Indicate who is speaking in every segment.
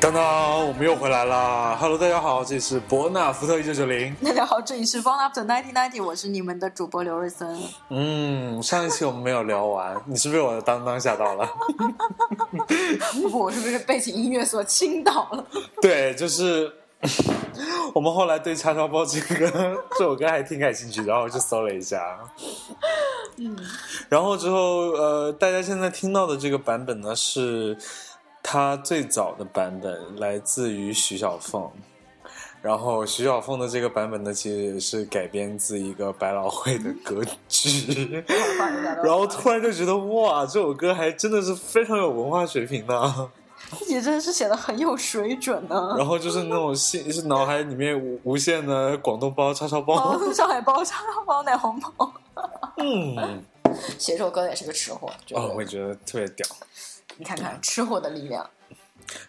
Speaker 1: 当当，我们又回来啦！Hello，大家好，这里是伯纳福特一九九零。
Speaker 2: 大家好，这里是 Fun After Ninety Ninety，我是你们的主播刘瑞森。
Speaker 1: 嗯，上一期我们没有聊完，你是被我的当当吓到了。
Speaker 2: 不，我是不是被情音乐所倾倒了？
Speaker 1: 对，就是我们后来对《叉烧包》这个这首歌还挺感兴趣，然后就搜了一下。然后之后呃，大家现在听到的这个版本呢，是它最早的版本，来自于徐小凤。然后徐小凤的这个版本呢，其实也是改编自一个百老汇的歌剧。然后突然就觉得哇，这首歌还真的是非常有文化水平的、
Speaker 2: 自己真的是写的很有水准呢、
Speaker 1: 然后就是那种心，是脑海里面无无限的广东包、叉烧包。
Speaker 2: 包上海包、叉烧包、奶红包，
Speaker 1: 嗯，
Speaker 2: 写这首歌的也是个吃货，觉得
Speaker 1: 哦，我也觉得特别屌。
Speaker 2: 你看看吃货的力量。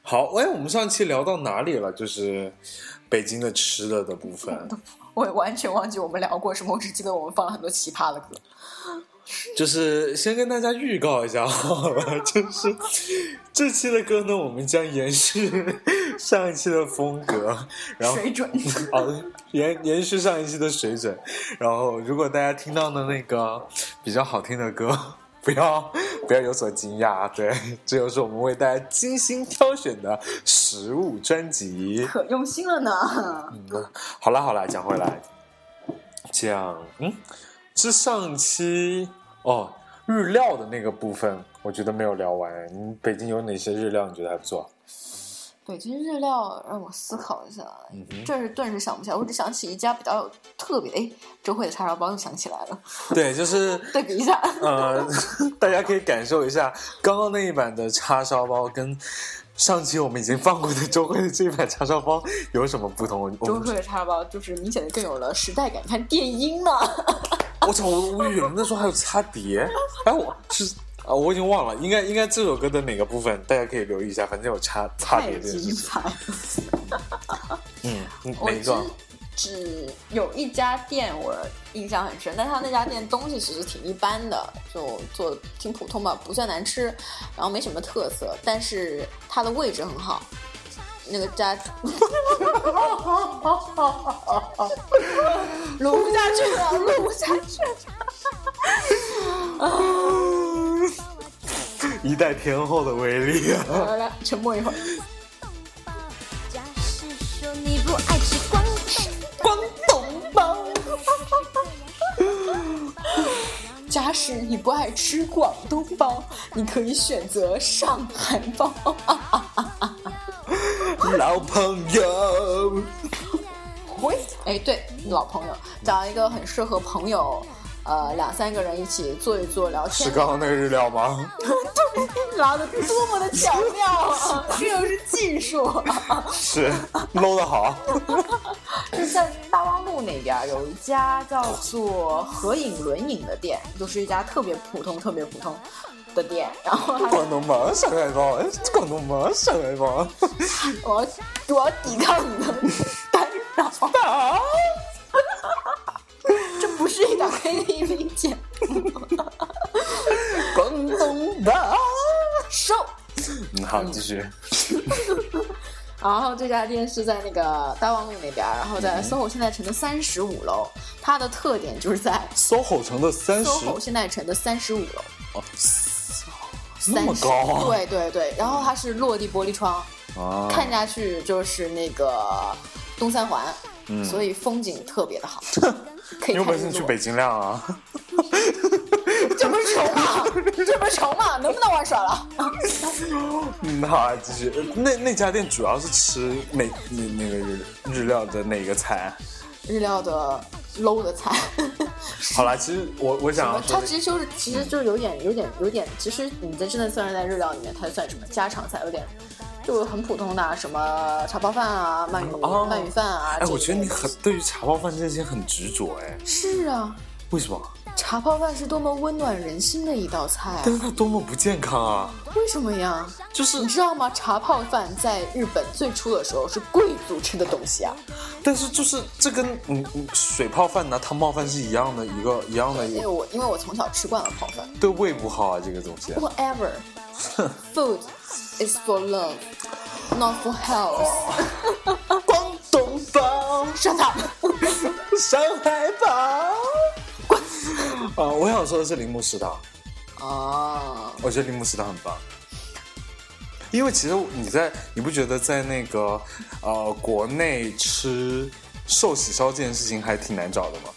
Speaker 1: 好，哎，我们上期聊到哪里了？就是北京的吃的的部分，
Speaker 2: 我也完全忘记我们聊过什么，我只记得我们放了很多奇葩的歌。
Speaker 1: 就是先跟大家预告一下好了， 就是这期的歌呢，我们将延续 上一期的风格，然后
Speaker 2: 水准，
Speaker 1: 好，延延续上一期的水准。然后，如果大家听到的那个比较好听的歌，不要不要有所惊讶，啊对，这就是我们为大家精心挑选的食物专辑。
Speaker 2: 可用心了呢。
Speaker 1: 嗯，好啦好啦，讲回来，讲嗯，是上期哦日料的那个部分，我觉得没有聊完。你北京有哪些日料？你觉得还不错？
Speaker 2: 北京日料让我思考一下，
Speaker 1: 嗯哼。
Speaker 2: 这是顿时想不起来，我只想起一家比较有特别，哎，周慧的叉烧包又想起来了，
Speaker 1: 对，就是
Speaker 2: 对比一下，
Speaker 1: 呃， 大家可以感受一下刚刚那一版的叉烧包跟上期我们已经放过的周慧的这一版叉烧包有什么不同？我
Speaker 2: 周
Speaker 1: 我
Speaker 2: 慧的叉烧包就是明显的更有了时代感。你看电音呢，
Speaker 1: 我操，我无语了，那时候还有擦碟，哎，我是啊，我已经忘了，应该应该这首歌的哪个部分大家可以留意一下，反正有擦擦
Speaker 2: 太
Speaker 1: 碟这件
Speaker 2: 精
Speaker 1: 事情，
Speaker 2: 彩了。
Speaker 1: 嗯，嗯
Speaker 2: 我
Speaker 1: 哪一个啊？
Speaker 2: 只只有一家店我印象很深，但他那家店东西其实挺一般的，就做得挺普通吧，不算难吃，然后没什么特色，但是它的位置很好。那个家， 录不下去了，录不下去了。
Speaker 1: 一代天后的威力啊！
Speaker 2: 来来来， 沉默一会儿。
Speaker 3: 假使说你不爱吃广
Speaker 2: 广 东包。 假使你不爱吃广东包，你可以选择上海包。
Speaker 1: 老朋友，
Speaker 2: 喂， 哎，对，老朋友，找一个很适合朋友，呃，两三个人一起坐一坐聊天
Speaker 1: 是， 刚刚那个日料吗？
Speaker 2: 拉的多么的巧妙啊！这又是技术、啊。
Speaker 1: 是搂的好，
Speaker 2: 就在大望路那边儿有一家叫做合影轮影的店，就是一家特别普通、特别普通的店。然后它
Speaker 1: 广东吗？上海包，哎广东吗？上海包。
Speaker 2: 我要我要抵抗你的干扰， 这不是一档 KTV 节
Speaker 1: 广东的。
Speaker 2: 收。
Speaker 1: 嗯，好，继续。
Speaker 2: 然后这家店是在那个大望路那边儿，然后在 SOHO 现代城的三十五楼，它的特点就是在
Speaker 1: SOHO 城的三十哦
Speaker 2: SOHO 现代城的三十五楼，
Speaker 1: 那么
Speaker 2: 30
Speaker 1: 高啊
Speaker 2: 对对对，然后它是落地玻璃窗，
Speaker 1: 啊
Speaker 2: 看下去就是那个东三环，
Speaker 1: 嗯
Speaker 2: 所以风景特别的好。可以
Speaker 1: 你有
Speaker 2: 看
Speaker 1: 本
Speaker 2: 日
Speaker 1: 事你去
Speaker 2: 落
Speaker 1: 北京亮啊！
Speaker 2: 这不是穷吗？这不是穷吗？能不能玩耍了？
Speaker 1: 嗯，好啊，继续。那那家店主要是吃哪那那个日日料的哪个菜？啊
Speaker 2: 日料的 low 的菜，
Speaker 1: 好啦，其实我我想啊要说
Speaker 2: 它
Speaker 1: 的，
Speaker 2: 其实就是其实就是有点有点有点，其实你这真的算是在日料里面，它算什么家常菜，有点就很普通的啊什么茶泡饭啊、鳗鱼、
Speaker 1: 哦
Speaker 2: 鳗鱼饭啊。
Speaker 1: 哎，
Speaker 2: 这
Speaker 1: 我觉得
Speaker 2: 一类
Speaker 1: 你很对于茶包饭这件事情很执着，哎，
Speaker 2: 是啊，
Speaker 1: 为什么？
Speaker 2: 茶泡饭是多么温暖人心的一道菜啊
Speaker 1: 但！是它多么不健康啊！
Speaker 2: 为什么呀？
Speaker 1: 就是
Speaker 2: 你知道吗？茶泡饭在日本最初的时候是贵族吃的东西啊。
Speaker 1: 但是就是这跟嗯嗯水泡饭拿汤泡饭是一样的一个一样的一
Speaker 2: 因为
Speaker 1: 个，
Speaker 2: 我因为我从小吃惯了泡饭。
Speaker 1: 对胃不好啊，这个东西。
Speaker 2: Whatever, food is for love。 North House，
Speaker 1: 广东包，
Speaker 2: 上场。
Speaker 1: 上海包。 啊，我想说的是铃木食堂，
Speaker 2: 哦，
Speaker 1: 我觉得铃木食堂很棒。因为其实你在，你不觉得在那个呃国内吃寿喜烧这件事情还挺难找的吗？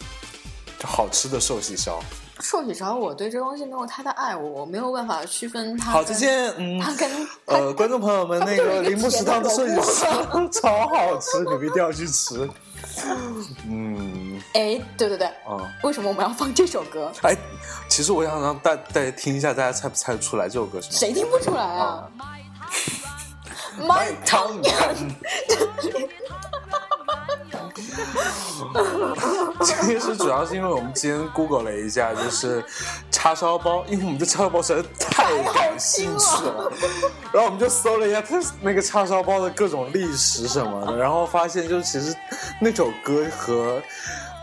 Speaker 1: 就好吃的寿喜烧。
Speaker 2: 寿喜烧，我对这东西没有太大爱，我我没有办法区分它。
Speaker 1: 好，再。见。嗯，
Speaker 2: 它啊跟
Speaker 1: 呃，观众朋友们，那个铃木食堂的寿喜烧超好吃，你们一定要去吃。嗯，
Speaker 2: 哎，对对对，
Speaker 1: 哦，
Speaker 2: 为什么我们要放这首歌？
Speaker 1: 哎，其实我想让大大家听一下，大家猜不猜得出来这首歌是什么？
Speaker 2: 谁听不出来啊？
Speaker 1: My
Speaker 2: 妈，
Speaker 1: tongue，其 实主要是因为我们今天 Google 了一下，就是叉烧包，因为我们对叉烧包实在太感兴趣了，然后我们就搜了一下它那个叉烧包的各种历史什么的，然后发现就是其实那首歌和。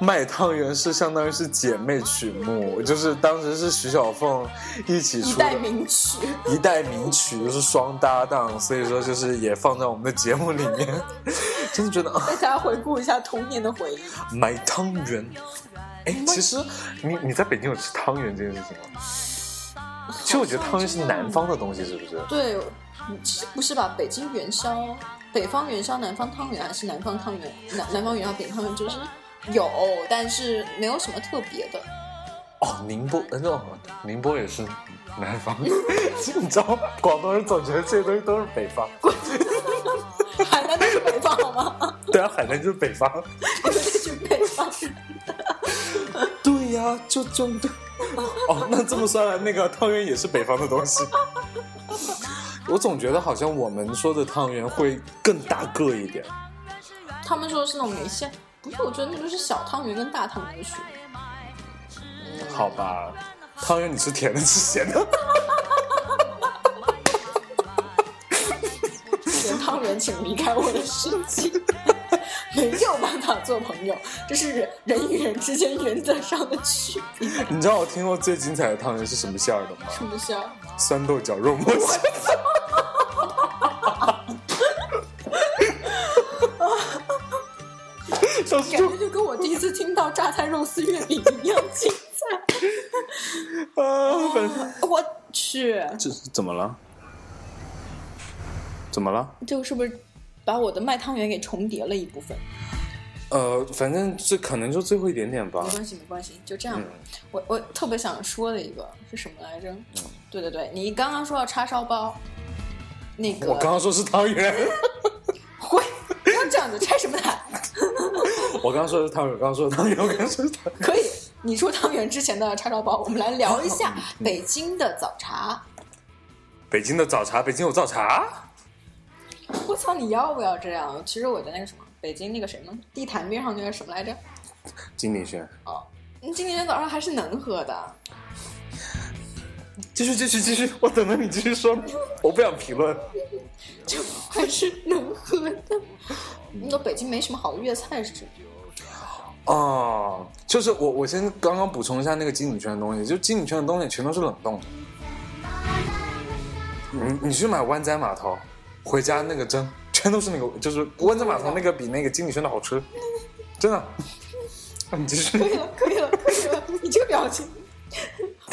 Speaker 1: 卖汤圆是相当于是姐妹曲目，就是当时是徐小凤一起
Speaker 2: 一
Speaker 1: 出的
Speaker 2: 代名曲。
Speaker 1: 一代名曲，就是双搭档，所以说就是也放在我们的节目里面， 真的觉得啊，
Speaker 2: 大家回顾一下童年的回忆。
Speaker 1: 买汤圆。哎，其实你你在北京有吃汤圆这件事情吗？其实我觉得汤圆是南方的东西，是不是？
Speaker 2: 对，其实不是吧？北京元宵，北方元宵，南方汤圆，还是南方汤圆？南南方元宵，北方汤圆就是有，但是没有什么特别的。
Speaker 1: 哦，宁波，呃，那宁波也是南 方，你知道广东人总觉得这些东西都是北方，
Speaker 2: 海南那是北方好吗？
Speaker 1: 对啊，海南就是北方。
Speaker 2: 我们那是北方。
Speaker 1: 对呀、就就 哦，那这么算来，那个汤圆也是北方的东 西。我总觉得好像我们说的汤圆会更大个一点，
Speaker 2: 他们说的是那种梅馅，不是？我觉得那就是小汤圆跟大汤圆的区别。
Speaker 1: 好吧？汤圆你吃甜的吃咸的，
Speaker 2: 咸汤圆，请离开我的世界。 没有办法做朋友，这是人与人之间原则上的区别。
Speaker 1: 你知道我听过最精彩的汤圆是什么馅儿的吗？
Speaker 2: 什么馅儿？
Speaker 1: 酸豆角肉末馅。都是
Speaker 2: 感觉就跟我第一次听到榨菜肉丝月饼一样精彩。
Speaker 1: 啊，反正
Speaker 2: 我去，
Speaker 1: 这是怎么了？怎么了？
Speaker 2: 这个是不是把我的卖汤圆给重叠了一部分？
Speaker 1: 呃，反正这可能就最后一点点吧
Speaker 2: 没。关系，没关系，就这样吧。
Speaker 1: 嗯
Speaker 2: 我我特别想说的一个是什么来着？对对对，你刚刚说到叉烧包，那个
Speaker 1: 我刚刚说是汤圆。
Speaker 2: 会不要这样子拆什么台？
Speaker 1: 我刚刚说的是汤圆，我刚刚说的是汤圆，我刚刚说的是汤圆。
Speaker 2: 可以，你说汤圆之前的叉烧包，我们来聊一 下北京的早茶。
Speaker 1: 北京的早茶，北京有早茶。
Speaker 2: 我操，你要不要这样？其实我的那个什么，北京那个谁呢？地坛边上那个什么来着？
Speaker 1: 金鼎轩，
Speaker 2: 哦，你今天早上还是能喝的。
Speaker 1: 继续继续继续，我等着你继续说，我不想评论。
Speaker 2: 就还是能喝的。那个北京没什么好的粤菜是？
Speaker 1: 哦，就是我，我先刚刚补充一下那个金鼎轩的东西，就金鼎轩的东西全都是冷冻的。你你去买湾仔码头，回家那个蒸，全都是那个，就是湾仔码头那个比那个金鼎轩的好吃，真的。 啊你继续
Speaker 2: 可以了，可以了，可以了！你这个表情，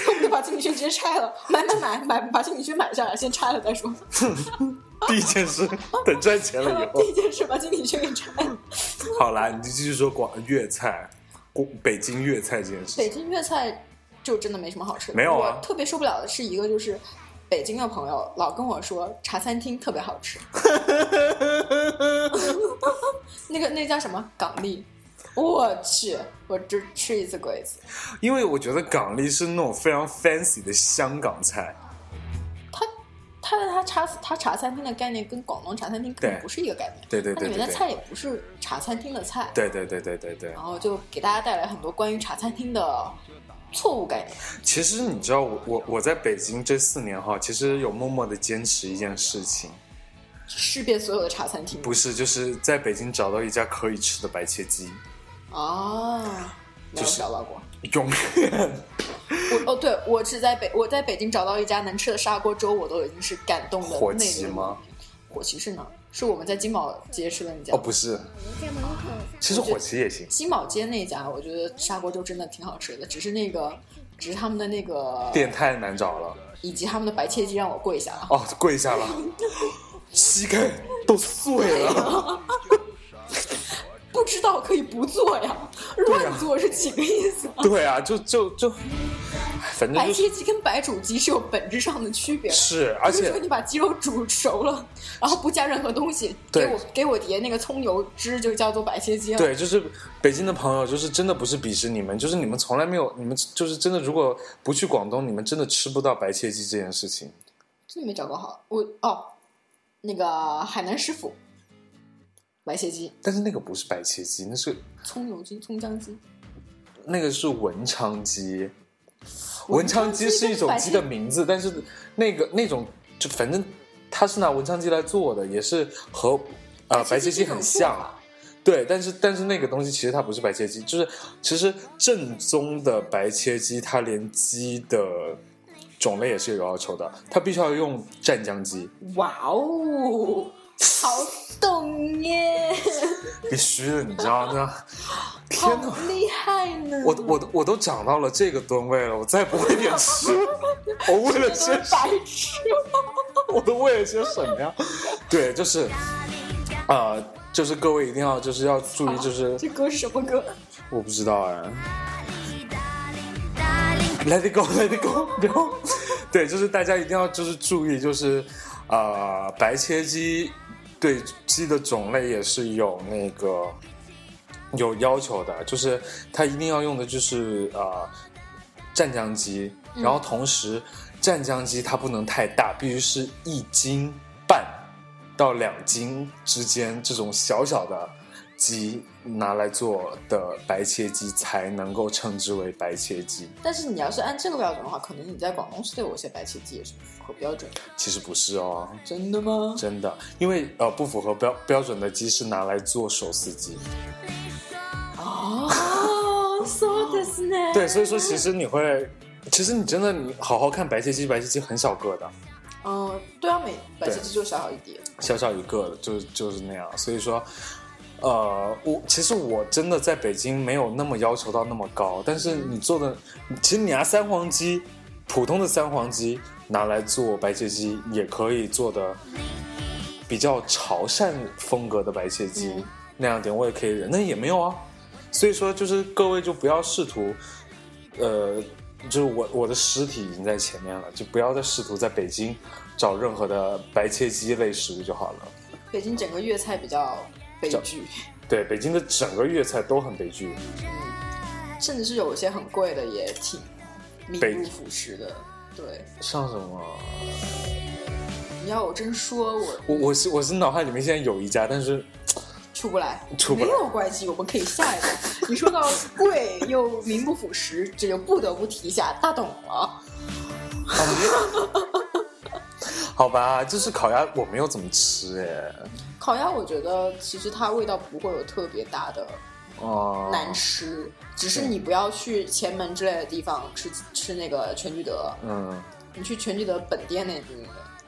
Speaker 2: 恨不得把经理学直接拆了，买买买买，把经理学买下来，先拆了再说。
Speaker 1: 第一件事，等赚钱了以后
Speaker 2: 第。一件事把经理学给拆了。
Speaker 1: 好啦，你就继续说广粤菜，广北京粤菜这件事
Speaker 2: 北
Speaker 1: 情。
Speaker 2: 京粤菜就真的没什么好吃的，
Speaker 1: 没有啊
Speaker 2: 我特别受不了的是一个就是。北京的朋友老跟我说茶餐厅特别好 吃，那个那叫什么港丽，我去，我只吃一次过一次。
Speaker 1: 因为我觉得港丽是那种非常 fancy 的香港菜，
Speaker 2: 它它的它茶它茶餐厅的概念跟广东茶餐厅根本
Speaker 1: 对
Speaker 2: 不是一个概念，
Speaker 1: 对对
Speaker 2: 它
Speaker 1: 对
Speaker 2: 里
Speaker 1: 对
Speaker 2: 面的
Speaker 1: 对，
Speaker 2: 菜也不是茶餐厅的菜，
Speaker 1: 对对对对对对
Speaker 2: 然。后就给大家带来很多关于茶餐厅的错误概念。
Speaker 1: 其实你知道我，我我在北京这四年哈，其实有默默的坚持一件事情，
Speaker 2: 试遍所有的茶餐厅
Speaker 1: 不是就是在北京找到一家可以吃的白切鸡，
Speaker 2: 啊，没
Speaker 1: 就
Speaker 2: 有
Speaker 1: 是
Speaker 2: 找到过。
Speaker 1: 永远
Speaker 2: 我哦，对我只在北我在北京找到一家能吃的砂锅粥，我都已经是感动的
Speaker 1: 火
Speaker 2: 内
Speaker 1: 鸡
Speaker 2: 流
Speaker 1: 吗？
Speaker 2: 火鸡是哪儿？是我们在金宝街吃的那家。
Speaker 1: 哦，不是，
Speaker 3: 在门口，
Speaker 1: 其实火鸡也行，
Speaker 2: 金宝街那家，我觉得砂锅粥真的挺好吃的，只是那个，只是他们的那个
Speaker 1: 店太难找了。
Speaker 2: 以及他们的白切鸡让我跪下了。
Speaker 1: 哦，跪下 了，膝盖都碎 了。
Speaker 2: 不知道可以不做呀，
Speaker 1: 啊
Speaker 2: 乱做是几个意思？
Speaker 1: 对啊，就就就，反正
Speaker 2: 白
Speaker 1: 就是
Speaker 2: 切鸡跟白煮鸡是有本质上的区别的。
Speaker 1: 是，而
Speaker 2: 就是
Speaker 1: 且
Speaker 2: 说你把鸡肉煮熟了，然后不加任何东西，
Speaker 1: 对
Speaker 2: 给我给我碟那个葱油汁就叫做白切鸡了。
Speaker 1: 对，就是北京的朋友，就是真的不是鄙视你们，就是你们从来没有，你们就是真的，如果不去广东，你们真的吃不到白切鸡这件事情。
Speaker 2: 真的没找过好，我哦，那个海南师傅，白切鸡、
Speaker 1: 但是那个不是白切鸡，那是
Speaker 2: 葱油鸡、葱姜鸡，
Speaker 1: 那个是文昌鸡。文
Speaker 2: 文
Speaker 1: 昌
Speaker 2: 昌
Speaker 1: 鸡
Speaker 2: 鸡
Speaker 1: 是一种
Speaker 2: 跟白
Speaker 1: 鸡
Speaker 2: 切
Speaker 1: 的名字，但是那个那种就反正它是拿文昌鸡来做的，也是和呃白切鸡很像。对，但是但是那个东西其实它不是白切鸡，就是其实正宗的白切鸡，它连鸡的种类也是有要求的，它必须要用湛江鸡，
Speaker 2: 哇哦，好懂耶，
Speaker 1: 必须的，你知道吗？天
Speaker 2: 好
Speaker 1: 哪！
Speaker 2: 厉害呢！
Speaker 1: 我我我都长到了这个吨位了，我再不会点吃，我为了些什
Speaker 2: 白痴，
Speaker 1: 我都为了些什么呀？对，就是啊、呃就是各位一定要就是要注意，就是
Speaker 2: 这歌是什么歌？
Speaker 1: 我不知道哎。Let it go, let it go，不 要。对，就是大家一定要就是注意，就是啊、呃白切鸡对鸡的种类也是有那个有要求的，就是它一定要用的就是啊、呃、湛江鸡，然后同时湛江鸡它不能太大，必须是一斤半到两斤之间这种小小的。鸡拿来做的白切鸡才能够称之为白切鸡。
Speaker 2: 但是你要是按这个标准的话，可能你在广东是对我些白切鸡也是不符合标准的。
Speaker 1: 其实不是哦，
Speaker 2: 真的吗？
Speaker 1: 真的，因为呃不符合标标准的鸡是拿来做手撕鸡。
Speaker 2: 啊，そうです ね。
Speaker 1: 对，所以说其实你会，其实你真的你好好看白切鸡，白切鸡很小个的，
Speaker 2: 嗯，对啊，每白切鸡就小小一碟。
Speaker 1: 小小一个的，就就是那样。所以说，呃，我其实我真的在北京没有那么要求到那么高，但是你做的，其实你拿三黄鸡，普通的三黄鸡拿来做白切鸡，也可以做的比较潮汕风格的白切鸡、
Speaker 2: 嗯
Speaker 1: 那样点，我也可以忍，那也没有啊。所以说，就是各位就不要试图，呃，就是我我的尸体已经在前面了，就不要再试图在北京找任何的白切鸡类食物就好了。
Speaker 2: 北京整个粤菜比较悲剧，
Speaker 1: 对，北京的整个粤菜都很悲剧。
Speaker 2: 甚至是有一些很贵的也挺名
Speaker 1: 悲
Speaker 2: 不副实的。对，
Speaker 1: 像什么？啊
Speaker 2: 你要我真说，我
Speaker 1: 我我是我是脑海里面现在有一家，但是
Speaker 2: 出不来，
Speaker 1: 出不来
Speaker 2: 没有关系，我们可以下一个。 你说到贵又名不副实，这就不得不提一下大董了。
Speaker 1: 好吧，就是烤鸭我没有怎么吃哎，
Speaker 2: 烤鸭，我觉得其实它味道不会有特别大的
Speaker 1: 哦、
Speaker 2: 难吃，只是你不要去前门之类的地方吃吃那个全聚德，
Speaker 1: 嗯，
Speaker 2: 你去全聚德本店那边，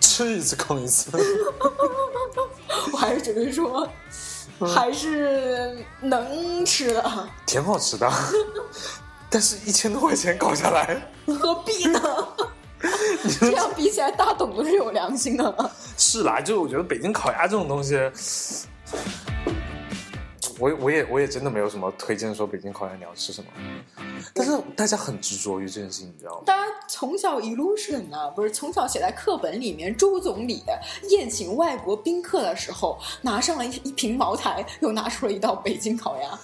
Speaker 1: 吃一次坑一次。
Speaker 2: 我还是觉得说还是能吃的，
Speaker 1: 挺好吃的， 但是一千多块钱搞下来，
Speaker 2: 何必呢？这样比起来，大董都是有良心的了。
Speaker 1: 是啦，就是我觉得北京烤鸭这种东西，我我也我也真的没有什么推荐说北京烤鸭你要吃什么，但是大家很执着于这件事情，你知道吗？
Speaker 2: 大家从小 illusion 啊，不是从小写在课本里面，周总理宴请外国宾客的时候，拿上了一一瓶茅台，又拿出了一道北京烤鸭，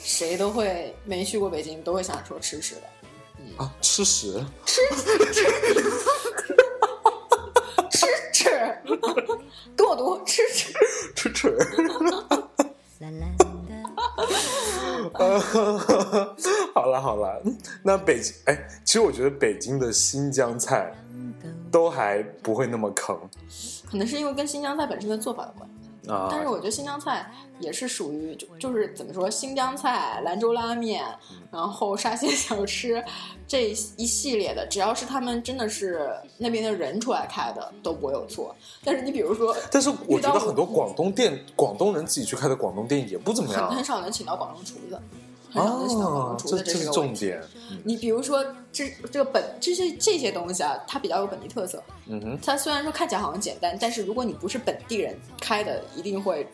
Speaker 2: 谁都会没去过北京都会想说吃吃的。
Speaker 1: 啊，吃屎！
Speaker 2: 吃吃，多多吃吃。
Speaker 1: 吃吃，好了好了，嗯那北京哎，其实我觉得北京的新疆菜都还不会那么坑，
Speaker 2: 可能是因为跟新疆菜本身的做法有关。
Speaker 1: 啊，
Speaker 2: 但是我觉得新疆菜也是属于就就是怎么说，新疆菜、兰州拉面，
Speaker 1: 嗯
Speaker 2: 然后沙县小吃这一系列的，只要是他们真的是那边的人出来开的，都不会有错。但是你比如说，
Speaker 1: 但是我觉得很多广东店、广东人自己去开的广东店也不怎么
Speaker 2: 很
Speaker 1: 样
Speaker 2: 很少能请到广东厨子，很少能请到广
Speaker 1: 啊
Speaker 2: 东，厨
Speaker 1: 这
Speaker 2: 子，
Speaker 1: 这
Speaker 2: 是
Speaker 1: 是
Speaker 2: 个
Speaker 1: 重
Speaker 2: 问题。
Speaker 1: 点。嗯
Speaker 2: 你比如说这这个本这些这些东西啊，它比较有本地特色。
Speaker 1: 嗯哼，
Speaker 2: 它虽然说看起来好像简单，但是如果你不是本地人开的，一定会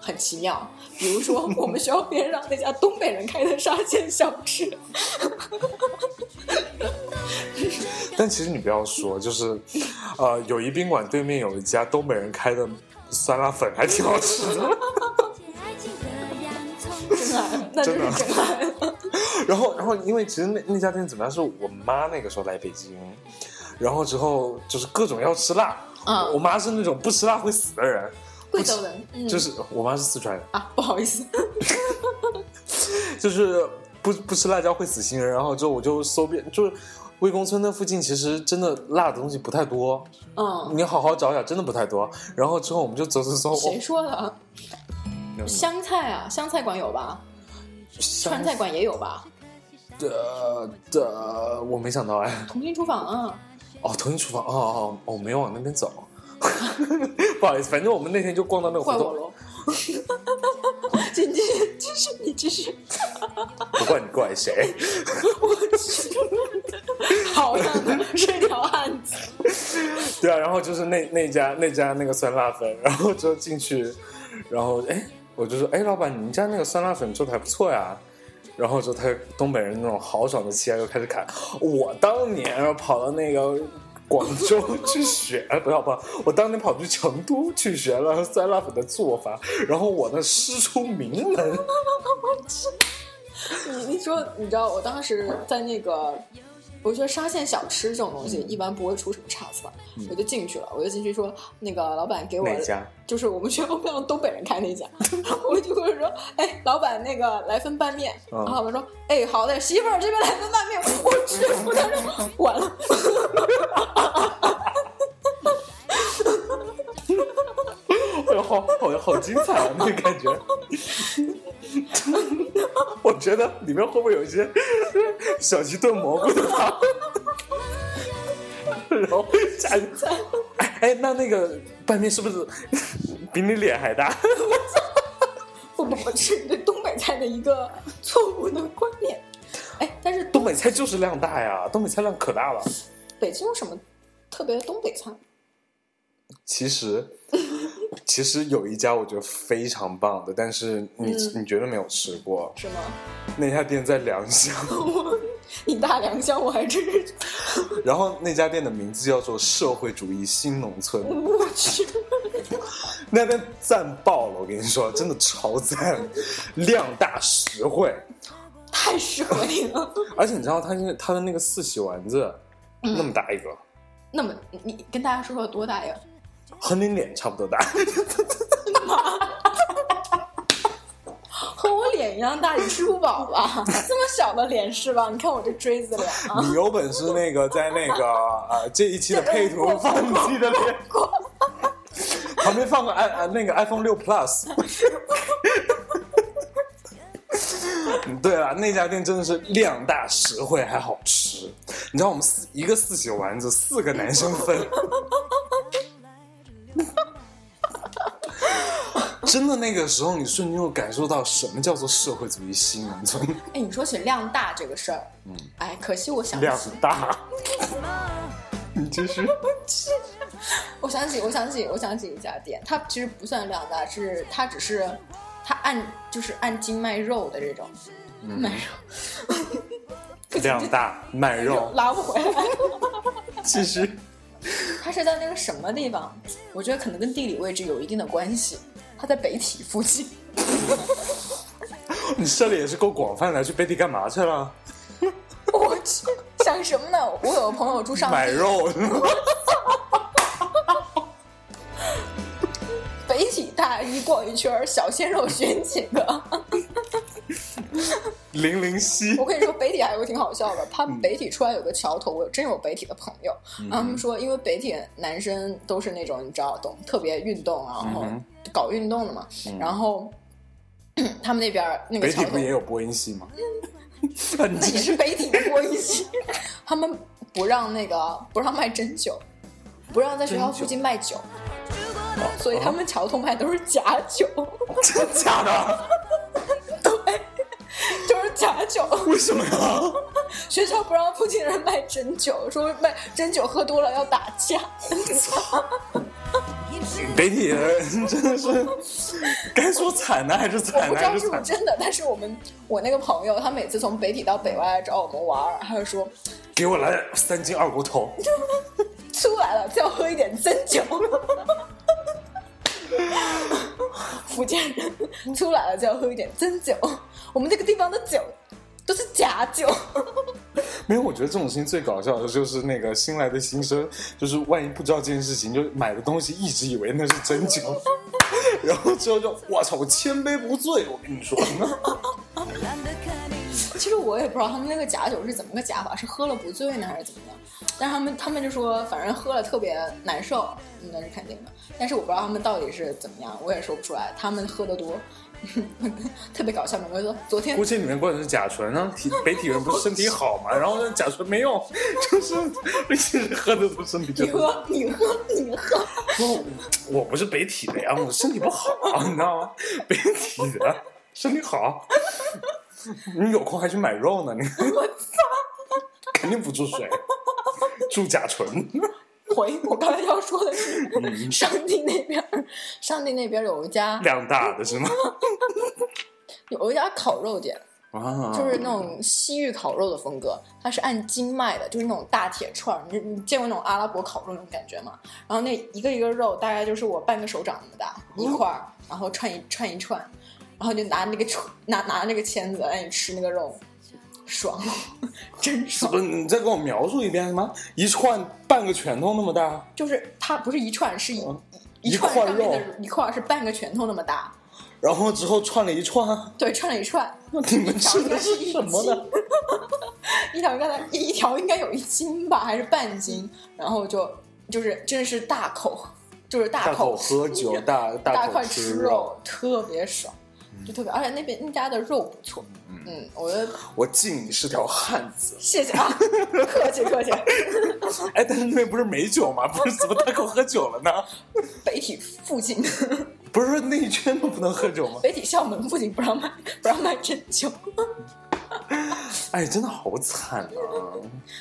Speaker 2: 很奇妙。比 如说，我们学校边上那家东北人开的沙县小吃，
Speaker 1: 但其实你不要说，就是，呃，友谊宾馆对面有一家东北人开的酸辣粉，还挺好吃的。
Speaker 3: 爱情的洋葱，
Speaker 2: 真
Speaker 1: 哎
Speaker 2: 爱，那就是真
Speaker 1: 啊
Speaker 2: 爱。
Speaker 1: 然后，然后，因为其实那那家店怎么样，是我妈那个时候来北京，然后之后就是各种要吃辣。
Speaker 2: 嗯
Speaker 1: 我妈是那种不吃辣会死的人，
Speaker 2: 贵 州人，嗯
Speaker 1: 就是我妈是四川人，
Speaker 2: 啊，不好意思，
Speaker 1: 就是不不吃辣椒会死心人。然后之后我就搜遍，就是魏公村那附近其实真的辣的东西不太多，
Speaker 2: 嗯，
Speaker 1: 你好好找找，真的不太多。然后之后我们就走走走，
Speaker 2: 谁说的？啊
Speaker 1: 哦
Speaker 2: 湘菜啊，湘菜馆有吧？川菜馆也有吧？
Speaker 1: 的的，我没想到哎。
Speaker 2: 同心厨房啊，
Speaker 1: 哦，腾讯厨房，哦哦哦，我没往那边走， 不好意思，反正我们那天就逛到那个
Speaker 2: 怪
Speaker 1: 胡
Speaker 2: 我
Speaker 1: 同，
Speaker 2: 喽。 继续，继续，你继续。
Speaker 1: 不怪你怪谁。
Speaker 2: 好样的，是条汉子。
Speaker 1: 对啊，然后就是那那家那家那个酸辣粉，然后就进去，然后哎，我就说哎，老板，你们家那个酸辣粉做的还不错呀。然后就他东北人那种豪爽的气概就开始侃，我当年跑到那个广州去学， 不要不要，我当年跑去成都去学了酸辣粉的做法，然后我呢师出名门，
Speaker 2: 你你说，你知道我当时在那个，我觉得沙县小吃这种东
Speaker 1: 嗯
Speaker 2: 西一般不会出什么差错，我就进去了，我就进去说那个老板给我
Speaker 1: 哪家
Speaker 2: 就是我们学校边上东北人开那家， 我就会说，哎，老板那个来份拌面，
Speaker 1: 嗯
Speaker 2: 然后老板说，哎，好嘞，媳妇儿这边来份拌面，我去，我当时完了，
Speaker 1: 哎呦，好好好精彩啊！那个感觉，我觉得里面会不会有一些小鸡炖蘑菇的汤？然后下去，哎哎，那那个拌面是不是比你脸还大？
Speaker 2: 不不不，是你对东北菜的一个错误的观念，哎，但是
Speaker 1: 东北菜就是量大呀，东北菜量可大了。
Speaker 2: 北京有什么特别的东北菜？
Speaker 1: 其实，其实有一家我觉得非常棒的，但是你、你绝对没有吃过。
Speaker 2: 是吗？
Speaker 1: 那家店在良乡，
Speaker 2: 你大良乡，我还真是
Speaker 1: 然后那家店的名字叫做社会主义新农村。
Speaker 2: 我去，
Speaker 1: 那边赞爆了，我跟你说，真的超赞，量大实惠。
Speaker 2: 太适合你了。
Speaker 1: 而且你知道它那它的那个四喜丸子，那么大一个，
Speaker 2: 那么你你跟大家说说多大呀？
Speaker 1: 和你脸差不多大，
Speaker 2: 和我脸一样大，你吃不饱 吧？这么小的脸是吧？你看我这锥子脸啊！
Speaker 1: 你有本事那个在那个呃这一期的配图放你的脸，旁边放个 i 啊那个 iPhone 六 Plus。对了，那家店真的是量大实惠还好吃。你知道我们四一个四喜丸子四个男生分，真的那个时候你瞬间就感受到什么叫做社会主义新农村，
Speaker 2: 哎，你说起量大这个事儿，嗯，哎，可惜我想不
Speaker 1: 量
Speaker 2: 起，
Speaker 1: 大。你继续。
Speaker 2: 我想起，我想起，我想起一家店，它其实不算量大，是它只是它按就是按斤卖肉的这种，卖肉，不行
Speaker 1: 量大卖肉，
Speaker 2: 拉不回来。
Speaker 1: 其实
Speaker 2: 它是在那个什么地方？我觉得可能跟地理位置有一定的关系。它在北体附近，
Speaker 1: 你涉猎也是够广泛的，去北体干嘛去了？
Speaker 2: 我去，想什么呢？我有个朋友住上
Speaker 1: 买 肉是吗？
Speaker 2: 北体大一逛一圈儿，小鲜肉选几个。
Speaker 1: 零零七
Speaker 2: 我跟你说，北体还有个挺好笑的，
Speaker 1: 嗯
Speaker 2: 他们北体出来有个桥头，我有真有北体的朋友，然后他们说，因为北体男生都是那种你知道懂特别运动啊，然后
Speaker 1: 嗯
Speaker 2: 搞运动的嘛，然后 他们那边儿那个
Speaker 1: 北
Speaker 2: 桥
Speaker 1: 体
Speaker 2: 头
Speaker 1: 不也有播音系 吗？很
Speaker 2: 那也是北体的播音系， 他们不让那个不让卖真酒，不让在学校附近卖酒，
Speaker 1: 哦
Speaker 2: 所以他们桥头卖都是假酒，
Speaker 1: 真假的？
Speaker 2: 就是假酒。
Speaker 1: 为什么呀？
Speaker 2: 学校不让附近人卖真酒，说卖真酒喝多了要打架。
Speaker 1: 北体的人呃真的是，该说惨呢还是
Speaker 2: 我
Speaker 1: 惨
Speaker 2: 不
Speaker 1: 呢
Speaker 2: 知
Speaker 1: 还
Speaker 2: 道
Speaker 1: 是
Speaker 2: 是不
Speaker 1: 惨
Speaker 2: 是？真的，但是我们我那个朋友，他每次从北体到北外来找我们玩儿，他就说
Speaker 1: 给我来三斤二锅头，
Speaker 2: 出来了就要喝一点真酒。福建人出来了就要喝一点真酒，我们这个地方的酒都是假酒。
Speaker 1: 没有，我觉得这种事情最搞笑的就是那个新来的新生，就是万一不知道这件事情，就买的东西一直以为那是真 酒，然后之后就我操，我千杯不醉，我跟你说，
Speaker 2: 其实我也不知道他们那个假酒是怎么个假法，是喝了不醉呢还是怎么的？但是他们他们就说，反正喝了特别难受，嗯那是肯定的。但是我不知道他们到底是怎么样，我也说不出来。他们喝的多， 特别搞笑。我就说昨天
Speaker 1: 估计里面灌的是甲醇啊，体北体人不是身体好嘛，然后那甲醇没用， 就是一直喝的都身体就
Speaker 2: 你喝你喝你喝，
Speaker 1: 我我不是北体的呀，我身体不好，啊你知道吗？北体的身体好，你有空还去买肉呢，你
Speaker 2: 我
Speaker 1: 肯定不注水，注甲醇。
Speaker 2: 回我刚才要说的是，上帝那边儿，上帝那边儿有一家
Speaker 1: 量大的是吗？
Speaker 2: 有一家烤肉店，
Speaker 1: 啊，
Speaker 2: 就是那种西域烤肉的风格，它是按斤卖的，就是那种大铁串儿。你你见过那种阿拉伯烤肉那种感觉吗？然后那一个一个肉大概就是我半个手掌那么大一块儿，然后串一串一串，然后就拿那个戳拿拿那个签子让你吃那个肉，爽，真爽
Speaker 1: 不。是你再给我描述一遍什么？一串半个拳头那么大，
Speaker 2: 就是它不是一串，是一
Speaker 1: 嗯
Speaker 2: 一
Speaker 1: 一
Speaker 2: 串
Speaker 1: 块
Speaker 2: 上面的
Speaker 1: 肉
Speaker 2: 一块儿是半个拳头那么大，
Speaker 1: 然后之后串了一串，
Speaker 2: 对，串了一串。
Speaker 1: 那你们吃的是什么呢？
Speaker 2: 一条应该一一条应该有一斤吧，还是半斤？然后就就是真的是大口，就是大
Speaker 1: 大口
Speaker 2: 口
Speaker 1: 喝酒，大
Speaker 2: 大
Speaker 1: 口
Speaker 2: 块吃
Speaker 1: 肉。嗯
Speaker 2: 肉，特别爽，就特别，而且那边那家的肉不错。嗯，我觉得
Speaker 1: 我敬你是条汉子。
Speaker 2: 谢谢啊， 客气客气。
Speaker 1: 哎，但是那边不是美酒吗？不是怎么大口喝酒了呢？
Speaker 2: 北体附近，
Speaker 1: 不是说那一圈都不能喝酒吗？
Speaker 2: 北体校门附近不让卖，不让卖真酒，
Speaker 1: 哎，真的好惨啊！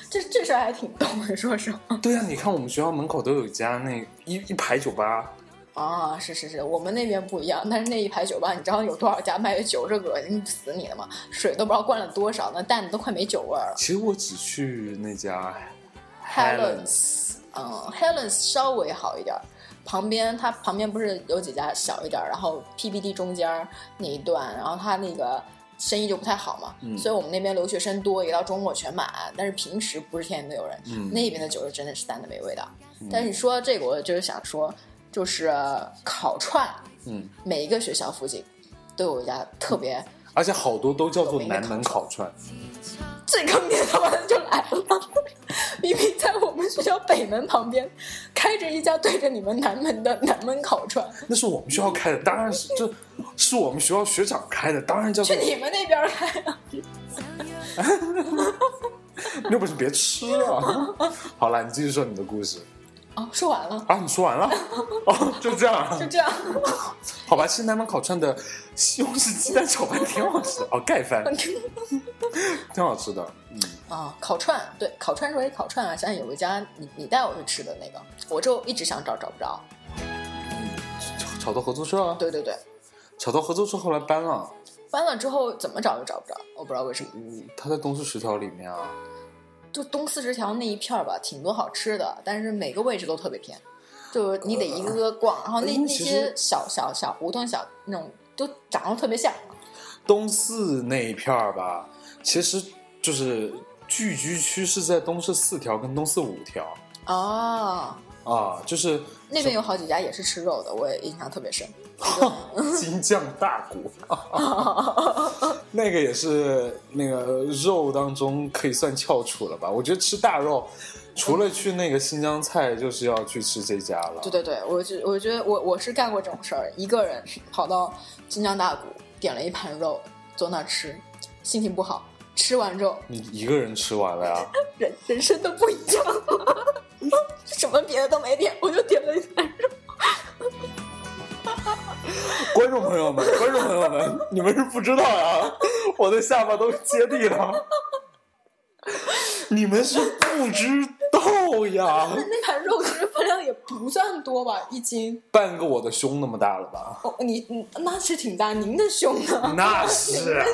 Speaker 2: 这这事儿还挺逗的，说实话。
Speaker 1: 对啊，你看我们学校门口都有一家那一一排酒吧，
Speaker 2: 啊，是是是，我们那边不一样，但是那一排酒吧，你知道有多少家卖酒是恶心死你的吗？水都不知道灌了多少，那蛋都快没酒味儿了。
Speaker 1: 其实我只去那家
Speaker 2: Helen's，嗯，Helen's 稍微好一点儿，旁边它旁边不是有几家小一点儿，然后 PBD 中间儿那一段，然后它那个生意就不太好嘛，
Speaker 1: 嗯
Speaker 2: 所以我们那边留学生多，也到周末全满，但是平时不是天天都有人。
Speaker 1: 嗯
Speaker 2: 那边的酒是真的是淡的没味道。但是你说到这个，我就是想说，就是烤串，
Speaker 1: 嗯，
Speaker 2: 每一个学校附近都有一家特别。
Speaker 1: 而且好多都叫做南门烤串。
Speaker 2: 最坑爹他妈的就来了， 明明在我们学校北门旁边开着一家对着你们南门的南门烤 串，
Speaker 1: 那是我们学校开的，当然是这是我们学校学长开的，当然叫做
Speaker 2: 去你们那边开啊！
Speaker 1: 那不是别吃了。 好了，你继续说你的故事
Speaker 2: 哦，说完了，
Speaker 1: 啊，你说完了哦，就这样啊
Speaker 2: 就，这 样，
Speaker 1: 好吧。其实南门烤串的西红柿鸡蛋炒饭挺好吃的，哦，盖 饭挺好吃的，嗯。
Speaker 2: 啊，烤串，对，烤串说起烤串啊，想起有一家你你带我去吃的那个，我就一直想找找不着。
Speaker 1: 炒炒到合作社啊，
Speaker 2: 对对对，
Speaker 1: 炒到合作社后来搬了，
Speaker 2: 搬了之后怎么找都找不着，我不知道为什么。
Speaker 1: 嗯，他在东四十条里面啊，
Speaker 2: 就东四十条那一片儿吧，挺多好吃的，但是每个位置都特别偏，就你得一个个逛，然后那
Speaker 1: 呃因为
Speaker 2: 那
Speaker 1: 其
Speaker 2: 些
Speaker 1: 实
Speaker 2: 小小小胡同小那种都长得特别像。
Speaker 1: 东四那一片儿吧，其实就是聚居区是在东四四条跟东四五条，
Speaker 2: 哦，
Speaker 1: 啊，就是
Speaker 2: 那边有好几家也是吃肉的，我也印象特别深。
Speaker 1: 金酱大骨， 那个也是那个肉当中可以算翘楚了吧？我觉得吃大肉，除了去那个新疆菜，就是要去吃这家了。
Speaker 2: 对对对，我就我觉得我我是干过这种事儿，一个人跑到新疆大骨点了一盘肉，坐那儿吃，心情不好，吃完肉
Speaker 1: 你一个人吃完了呀？
Speaker 2: 人人生都不一样了， 什么别的都没点，我就点了一盘肉。
Speaker 1: 观众朋友们，观众朋友们， 你们是不知道呀， 我的下巴都接地了， 你们是不知道呀，
Speaker 2: 那盘肉其实分量也不算多吧，一斤。
Speaker 1: 半个我的胸那么大了吧？
Speaker 2: 哦，你你那是挺大，您的胸啊呢？
Speaker 1: 那是，啊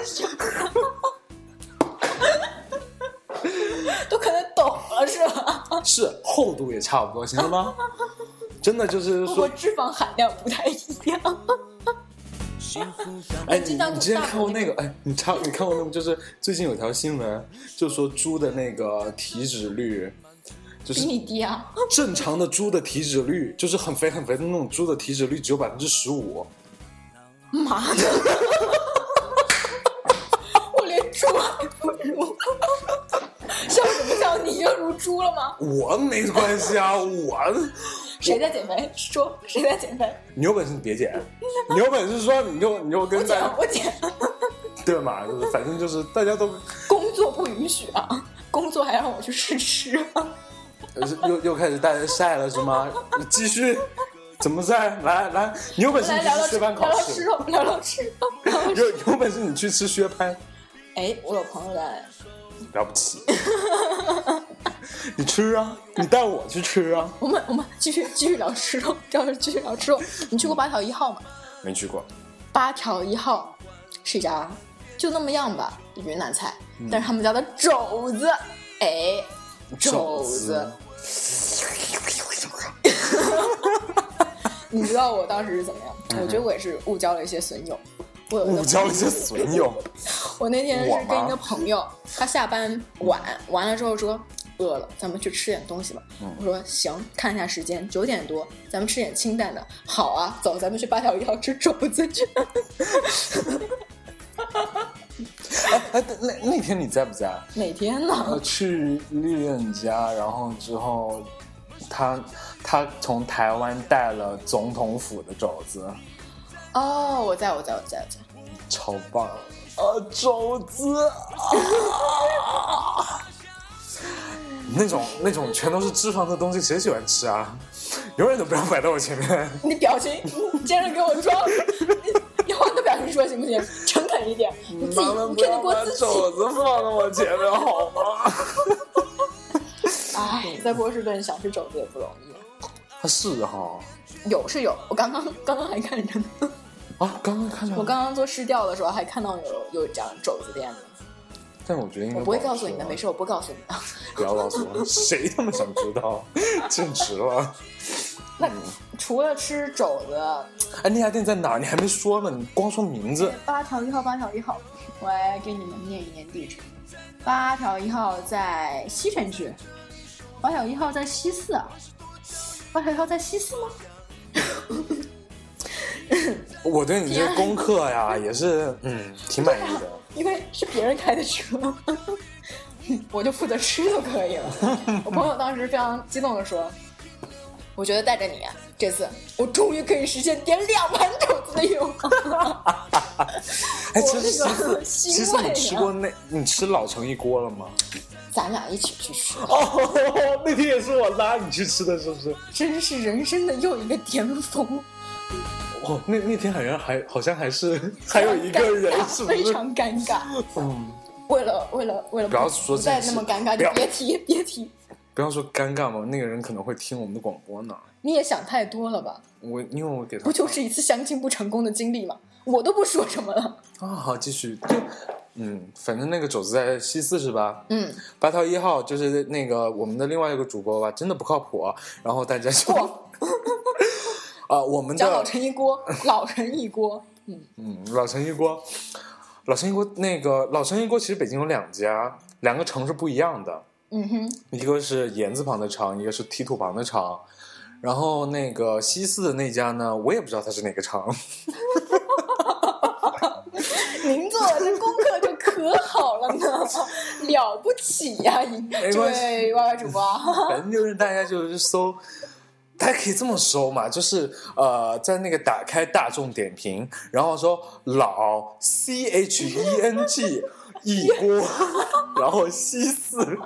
Speaker 2: 都可能抖了是吧？
Speaker 1: 是厚度也差不多，行了 吗？真的就是
Speaker 2: 不
Speaker 1: 说
Speaker 2: 过，脂肪含量不太一样。
Speaker 1: 哎，你
Speaker 2: 这张
Speaker 1: 你之前看过
Speaker 2: 大
Speaker 1: 那个？哎，你差你看过那个？就是最近有条新闻，就说猪的那个体脂 率，就
Speaker 2: 比
Speaker 1: 是
Speaker 2: 你低啊！
Speaker 1: 正常的猪的体脂率，就是很肥很肥的那种猪的体脂率只有百分之十五。
Speaker 2: 妈的， 我连猪还不如，笑什么笑？你就如猪了吗？
Speaker 1: 我没关系啊，我
Speaker 2: 谁在减肥？说谁在减肥？
Speaker 1: 你有本事你别减，你有本事说你就你就
Speaker 2: 我
Speaker 1: 跟大
Speaker 2: 减，
Speaker 1: 家
Speaker 2: 我减。
Speaker 1: 对嘛，就是反正就是大家都
Speaker 2: 工作不允许啊，工作还让我去试吃、啊
Speaker 1: 呃又又开始大家晒了是吗？你继续怎么晒？来来，你有本事
Speaker 2: 来
Speaker 1: 你
Speaker 2: 聊
Speaker 1: 去
Speaker 2: 聊
Speaker 1: 吃
Speaker 2: 吃，
Speaker 1: 薛
Speaker 2: 聊
Speaker 1: 蟠烤
Speaker 2: 聊吃肉，聊聊吃肉。
Speaker 1: 有有本事你去吃薛蟠，
Speaker 2: 哎，我有朋友在，
Speaker 1: 了不起。你吃啊，你带我去吃啊。
Speaker 2: 我们我们继续继续聊吃肉，要继续聊吃肉。你去过八条一号吗？
Speaker 1: 没去过，
Speaker 2: 八条一号是一家就那么样吧，云南菜，但是他们家的肘子，哎，肘子，你知道我当时是怎么样？我觉得我也是误交了一些损友。我有一个
Speaker 1: 误交一些损友，
Speaker 2: 我那天
Speaker 1: 我
Speaker 2: 是跟
Speaker 1: 吗
Speaker 2: 一个朋友，他下班晚，完了之后说饿了，咱们去吃点东西吧。我说行，看一下时间，九点多，咱们吃点清淡的。好啊，走，咱们去八条一号吃肘子去。
Speaker 1: 哎哎，但那那天你在不在？
Speaker 2: 哪天
Speaker 1: 呃，
Speaker 2: 呢？
Speaker 1: 去丽艳家，然后之后他他从台湾带了总统府的肘子，
Speaker 2: 哦，我在我在我在我在。
Speaker 1: 超棒！呃，肘子，啊、 那种那种全都是脂肪的东西，谁喜欢吃啊？永远都不要摆在我前面。
Speaker 2: 你表情，你接着给我装，你你换个表情说行不行？诚恳一点，你自己
Speaker 1: 麻烦
Speaker 2: 你
Speaker 1: 不
Speaker 2: 骗得
Speaker 1: 要
Speaker 2: 过
Speaker 1: 把
Speaker 2: 自己。
Speaker 1: 肘子放到我前面好吗？
Speaker 2: 哎，在波士顿想吃肘子也不容易。
Speaker 1: 他是哈
Speaker 2: 有是有，我刚刚刚刚还看着呢。
Speaker 1: 啊，刚刚看到
Speaker 2: 我，刚刚做试调的时候还看到有有一家肘子店的，
Speaker 1: 但我觉得应该
Speaker 2: 我不会
Speaker 1: 好
Speaker 2: 告诉
Speaker 1: 吃
Speaker 2: 你的，
Speaker 1: 吧
Speaker 2: 没事，我不告诉你的。
Speaker 1: 不要告诉我， 谁他妈想知道？正直了。
Speaker 2: 那除了吃肘子，
Speaker 1: 哎，那家店在哪儿？你还没说呢，你光说名字。
Speaker 2: 八条一号，八条一号，我来给你们念一念地址。八条一号在西城区，八条一号在西四啊，八条一号在西四吗？
Speaker 1: 我对你这个功课呀，也 是嗯，挺满意的。
Speaker 2: 因为是别人开的车， 我就负责吃就可以 了。我朋友当时非常激动的说：“我觉得带着你，啊这次我终于可以实现点两盘肘子的愿望。
Speaker 1: 哎，
Speaker 2: 我
Speaker 1: 其实
Speaker 2: 那
Speaker 1: 其
Speaker 2: 个
Speaker 1: 实
Speaker 2: 欣
Speaker 1: 其实
Speaker 2: 慰
Speaker 1: 你吃
Speaker 2: 啊
Speaker 1: 过那，你吃老城一锅了吗？”
Speaker 2: 咱俩一起去吃，
Speaker 1: 哦，那天也是我拉你去吃的，是不是？
Speaker 2: 真是人生的又一个巅峰，
Speaker 1: 哦，那那天好像还好像还 是还有一个人
Speaker 2: 尴尬，
Speaker 1: 是不
Speaker 2: 非
Speaker 1: 是？
Speaker 2: 常尴尬。
Speaker 1: 嗯，
Speaker 2: 为了为了为了
Speaker 1: 不要说
Speaker 2: 不再
Speaker 1: 这
Speaker 2: 那
Speaker 1: 些
Speaker 2: 么尴尬，
Speaker 1: 不要
Speaker 2: 你别提别提，
Speaker 1: 不要说尴尬嘛，那个人可能会听我们的广播呢。
Speaker 2: 你也想太多了吧？
Speaker 1: 我因为我给他
Speaker 2: 不就是一次相亲不成功的经历吗？我都不说什么了。
Speaker 1: 啊，好继续。嗯，反正那个肘子在西四是吧？
Speaker 2: 嗯，
Speaker 1: 八条一号就是那个我们的另外一个主播吧，真的不靠谱、啊。然后大家就啊、
Speaker 2: 不。
Speaker 1: 我们
Speaker 2: 讲老
Speaker 1: 的
Speaker 2: 陈一锅，老陈一锅，嗯，
Speaker 1: 嗯老陈一锅，老陈一锅那个老陈一锅其实北京有两家，两个城是不一样的，
Speaker 2: 嗯哼，
Speaker 1: 一个是言字旁的长，一个是提土旁的长。然后那个西四的那家呢，我也不知道它是哪个厂，
Speaker 2: 您做了这功课就可好了呢， 了不起呀、
Speaker 1: 没
Speaker 2: 这
Speaker 1: 关系
Speaker 2: 位 Y Y 主播。啊
Speaker 1: 反正就是大家就是搜，大家可以这么搜嘛，就是呃，在那个打开大众点评，然后说老 C H E N G 一锅， 然后西四，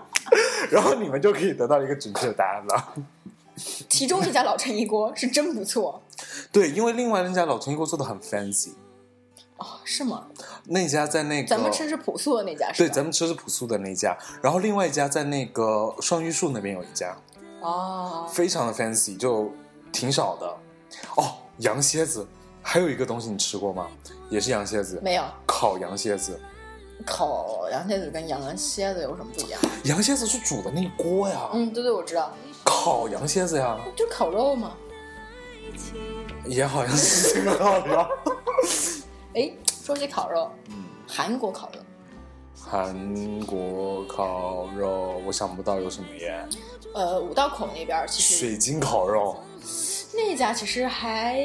Speaker 1: 然后你们就可以得到一个准确的答案了。
Speaker 2: 其中一家老陈一锅是真不错
Speaker 1: 对，因为另外那家老陈锅做的很 fancy，
Speaker 2: 哦，是吗？
Speaker 1: 那家在那个
Speaker 2: 咱们吃是朴素的那家
Speaker 1: 哦
Speaker 2: 是
Speaker 1: 对，
Speaker 2: 吧？
Speaker 1: 咱们吃是朴素的那家，然后另外一家在那个双榆树那边有一家，
Speaker 2: 哦，
Speaker 1: 非常的 fancy，就挺少的。哦，羊蝎子，还有一个东西你吃过吗？也是羊蝎子，
Speaker 2: 没有
Speaker 1: 烤羊蝎子。
Speaker 2: 烤羊蝎子跟羊蝎子有什么不一样？
Speaker 1: 羊蝎子是煮的那一锅呀，
Speaker 2: 嗯，对对，我知道，
Speaker 1: 烤羊蝎子呀，
Speaker 2: 就是烤肉嘛。
Speaker 1: 也好像是这个道理啊。
Speaker 2: 哎，说起烤肉，
Speaker 1: 嗯，
Speaker 2: 韩国烤肉，
Speaker 1: 韩国烤肉，我想不到有什么耶。
Speaker 2: 呃，五道口那边儿其实
Speaker 1: 水晶烤肉，
Speaker 2: 那家其实还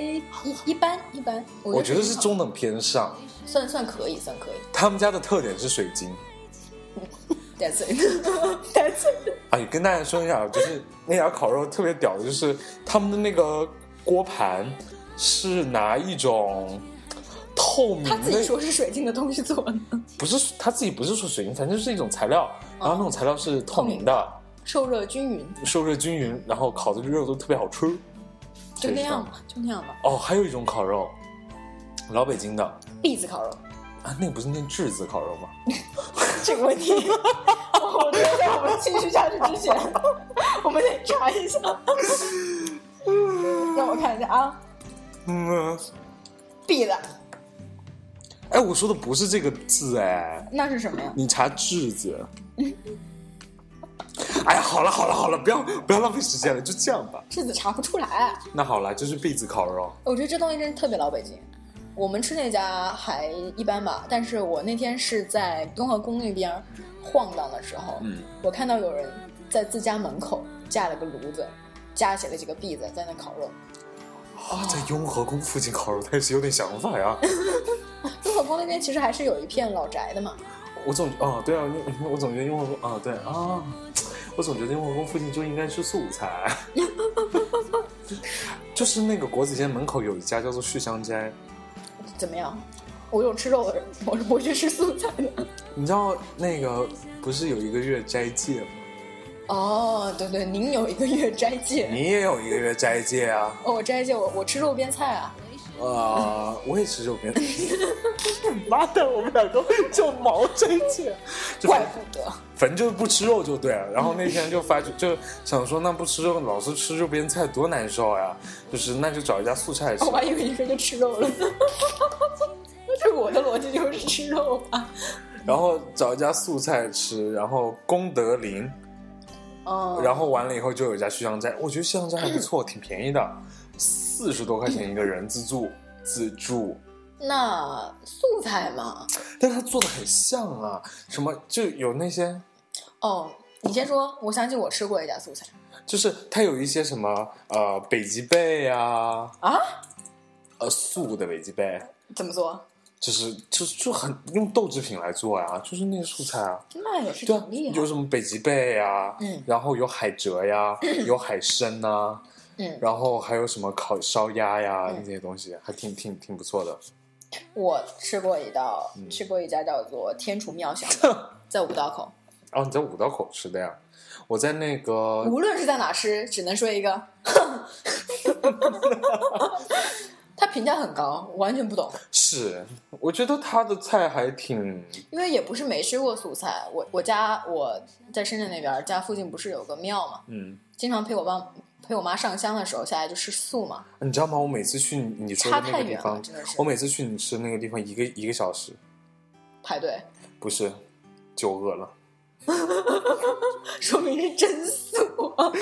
Speaker 2: 一一般一般，
Speaker 1: 我觉得
Speaker 2: 挺
Speaker 1: 是
Speaker 2: 好
Speaker 1: 中等偏上。
Speaker 2: 算算可以，算可以。
Speaker 1: 他们家的特点是水晶。
Speaker 2: That's it，That's it。
Speaker 1: 哎，跟大家说一下，就是那家烤肉特别屌的，就是他们的那个锅盘是拿一种透明
Speaker 2: 他自己
Speaker 1: 的，
Speaker 2: 说是水晶的东西做的，
Speaker 1: 不是他自己不是说水银，反正就是一种材料，然后那
Speaker 2: 哦
Speaker 1: 种材料是透明的，
Speaker 2: 受热均匀，
Speaker 1: 受热均匀，然后烤的热度特别好吃。
Speaker 2: 就那
Speaker 1: 这
Speaker 2: 样
Speaker 1: 是
Speaker 2: 吧，就那样吧。
Speaker 1: 哦，还有一种烤肉，老北京的
Speaker 2: 篦子烤肉，
Speaker 1: 啊，那个不是念炙子烤肉吗？
Speaker 2: 这个问题，我觉得在我们继续下去之前，我们得查一下。让我看一下啊，
Speaker 1: 嗯，
Speaker 2: 篦子
Speaker 1: 哎，我说的不是这个字哎。
Speaker 2: 那是什么呀？
Speaker 1: 你查质子。 哎呀，好了好了好了，不要不要浪费时间了，就这样吧。
Speaker 2: 质子查不出来。啊
Speaker 1: 那好了，就是篦子烤肉。
Speaker 2: 我觉得这东西真是特别老北京。我们吃那家还一般吧，但是我那天是在雍和宫那边晃荡的时候，
Speaker 1: 嗯，
Speaker 2: 我看到有人在自家门口架了个炉子，架起了几个篦子在那烤肉。
Speaker 1: 啊，在雍和宫附近烤肉，他也是有点想法呀。
Speaker 2: 雍和宫那边其实还是有一片老宅的嘛，
Speaker 1: 我总哦，对啊，雍我 总觉得雍和宫啊，对啊，我总觉得雍和宫附近就应该是素菜。 就是那个国子监门口有一家叫做旭香斋，
Speaker 2: 怎么样？我有吃肉的人，我是不会去吃素菜的。
Speaker 1: 你知道那个不是有一个月斋戒吗？
Speaker 2: 哦，对对，您有一个月斋戒，
Speaker 1: 你也有一个月斋戒啊。
Speaker 2: 哦，我斋戒，我我吃肉边菜啊，
Speaker 1: 啊、我也吃肉边。 妈蛋，我们两个叫毛真姐，就
Speaker 2: 怪
Speaker 1: 反
Speaker 2: 不得。
Speaker 1: 反正就是不吃肉就对了。然后那天就发觉，就想说，那不吃肉，老是吃肉边菜多难受呀。就是那就找一家素菜吃
Speaker 2: 我。还以为你说就吃肉 了，这我的逻辑就是吃肉啊吧。
Speaker 1: 然后找一家素菜吃，然后功德林，
Speaker 2: 嗯，
Speaker 1: 然后完了以后就有一家旭香斋，我觉得旭香斋还不错，挺便宜的，四十多块钱一个人自助自助。
Speaker 2: 那素菜嘛，
Speaker 1: 但它做的很像啊，什么就有那些
Speaker 2: 哦，你先说，我想起我吃过一家素菜
Speaker 1: 就是它有一些什么呃北极贝呀、
Speaker 2: 啊，
Speaker 1: 呃素的北极贝，
Speaker 2: 怎么做？
Speaker 1: 就是就是就很用豆制品来做呀、就是那些素菜啊，
Speaker 2: 那也是
Speaker 1: 对啊
Speaker 2: 挺厉，害
Speaker 1: 有什么北极贝呀、
Speaker 2: 嗯
Speaker 1: 然后有海蜇 呀、有海参呐、
Speaker 2: 嗯，
Speaker 1: 然后还有什么烤烧鸭呀、
Speaker 2: 嗯
Speaker 1: 那些东西，还挺挺挺不错的。
Speaker 2: 我吃过一道，
Speaker 1: 嗯
Speaker 2: 吃过一家叫做天厨 妙想的，在五道口。
Speaker 1: 哦，你在五道口吃的呀？我在那个
Speaker 2: 无论是在哪吃，只能说一个，他评价很高，我完全不懂，
Speaker 1: 是，我觉得他的菜还挺
Speaker 2: 因为也不是没吃过素菜。我我家我在深圳那边儿家附近不是有个庙嘛，
Speaker 1: 嗯。
Speaker 2: 经常陪我爸陪我妈上香的时候下来就吃素嘛。
Speaker 1: 你知道吗？我每次去你说
Speaker 2: 差
Speaker 1: 的那
Speaker 2: 太
Speaker 1: 个地
Speaker 2: 远了
Speaker 1: 方
Speaker 2: 真的是，
Speaker 1: 我每次去你吃的那个地方，一个一个小时，
Speaker 2: 排队，
Speaker 1: 不是，就饿了。
Speaker 2: 说明是真素。啊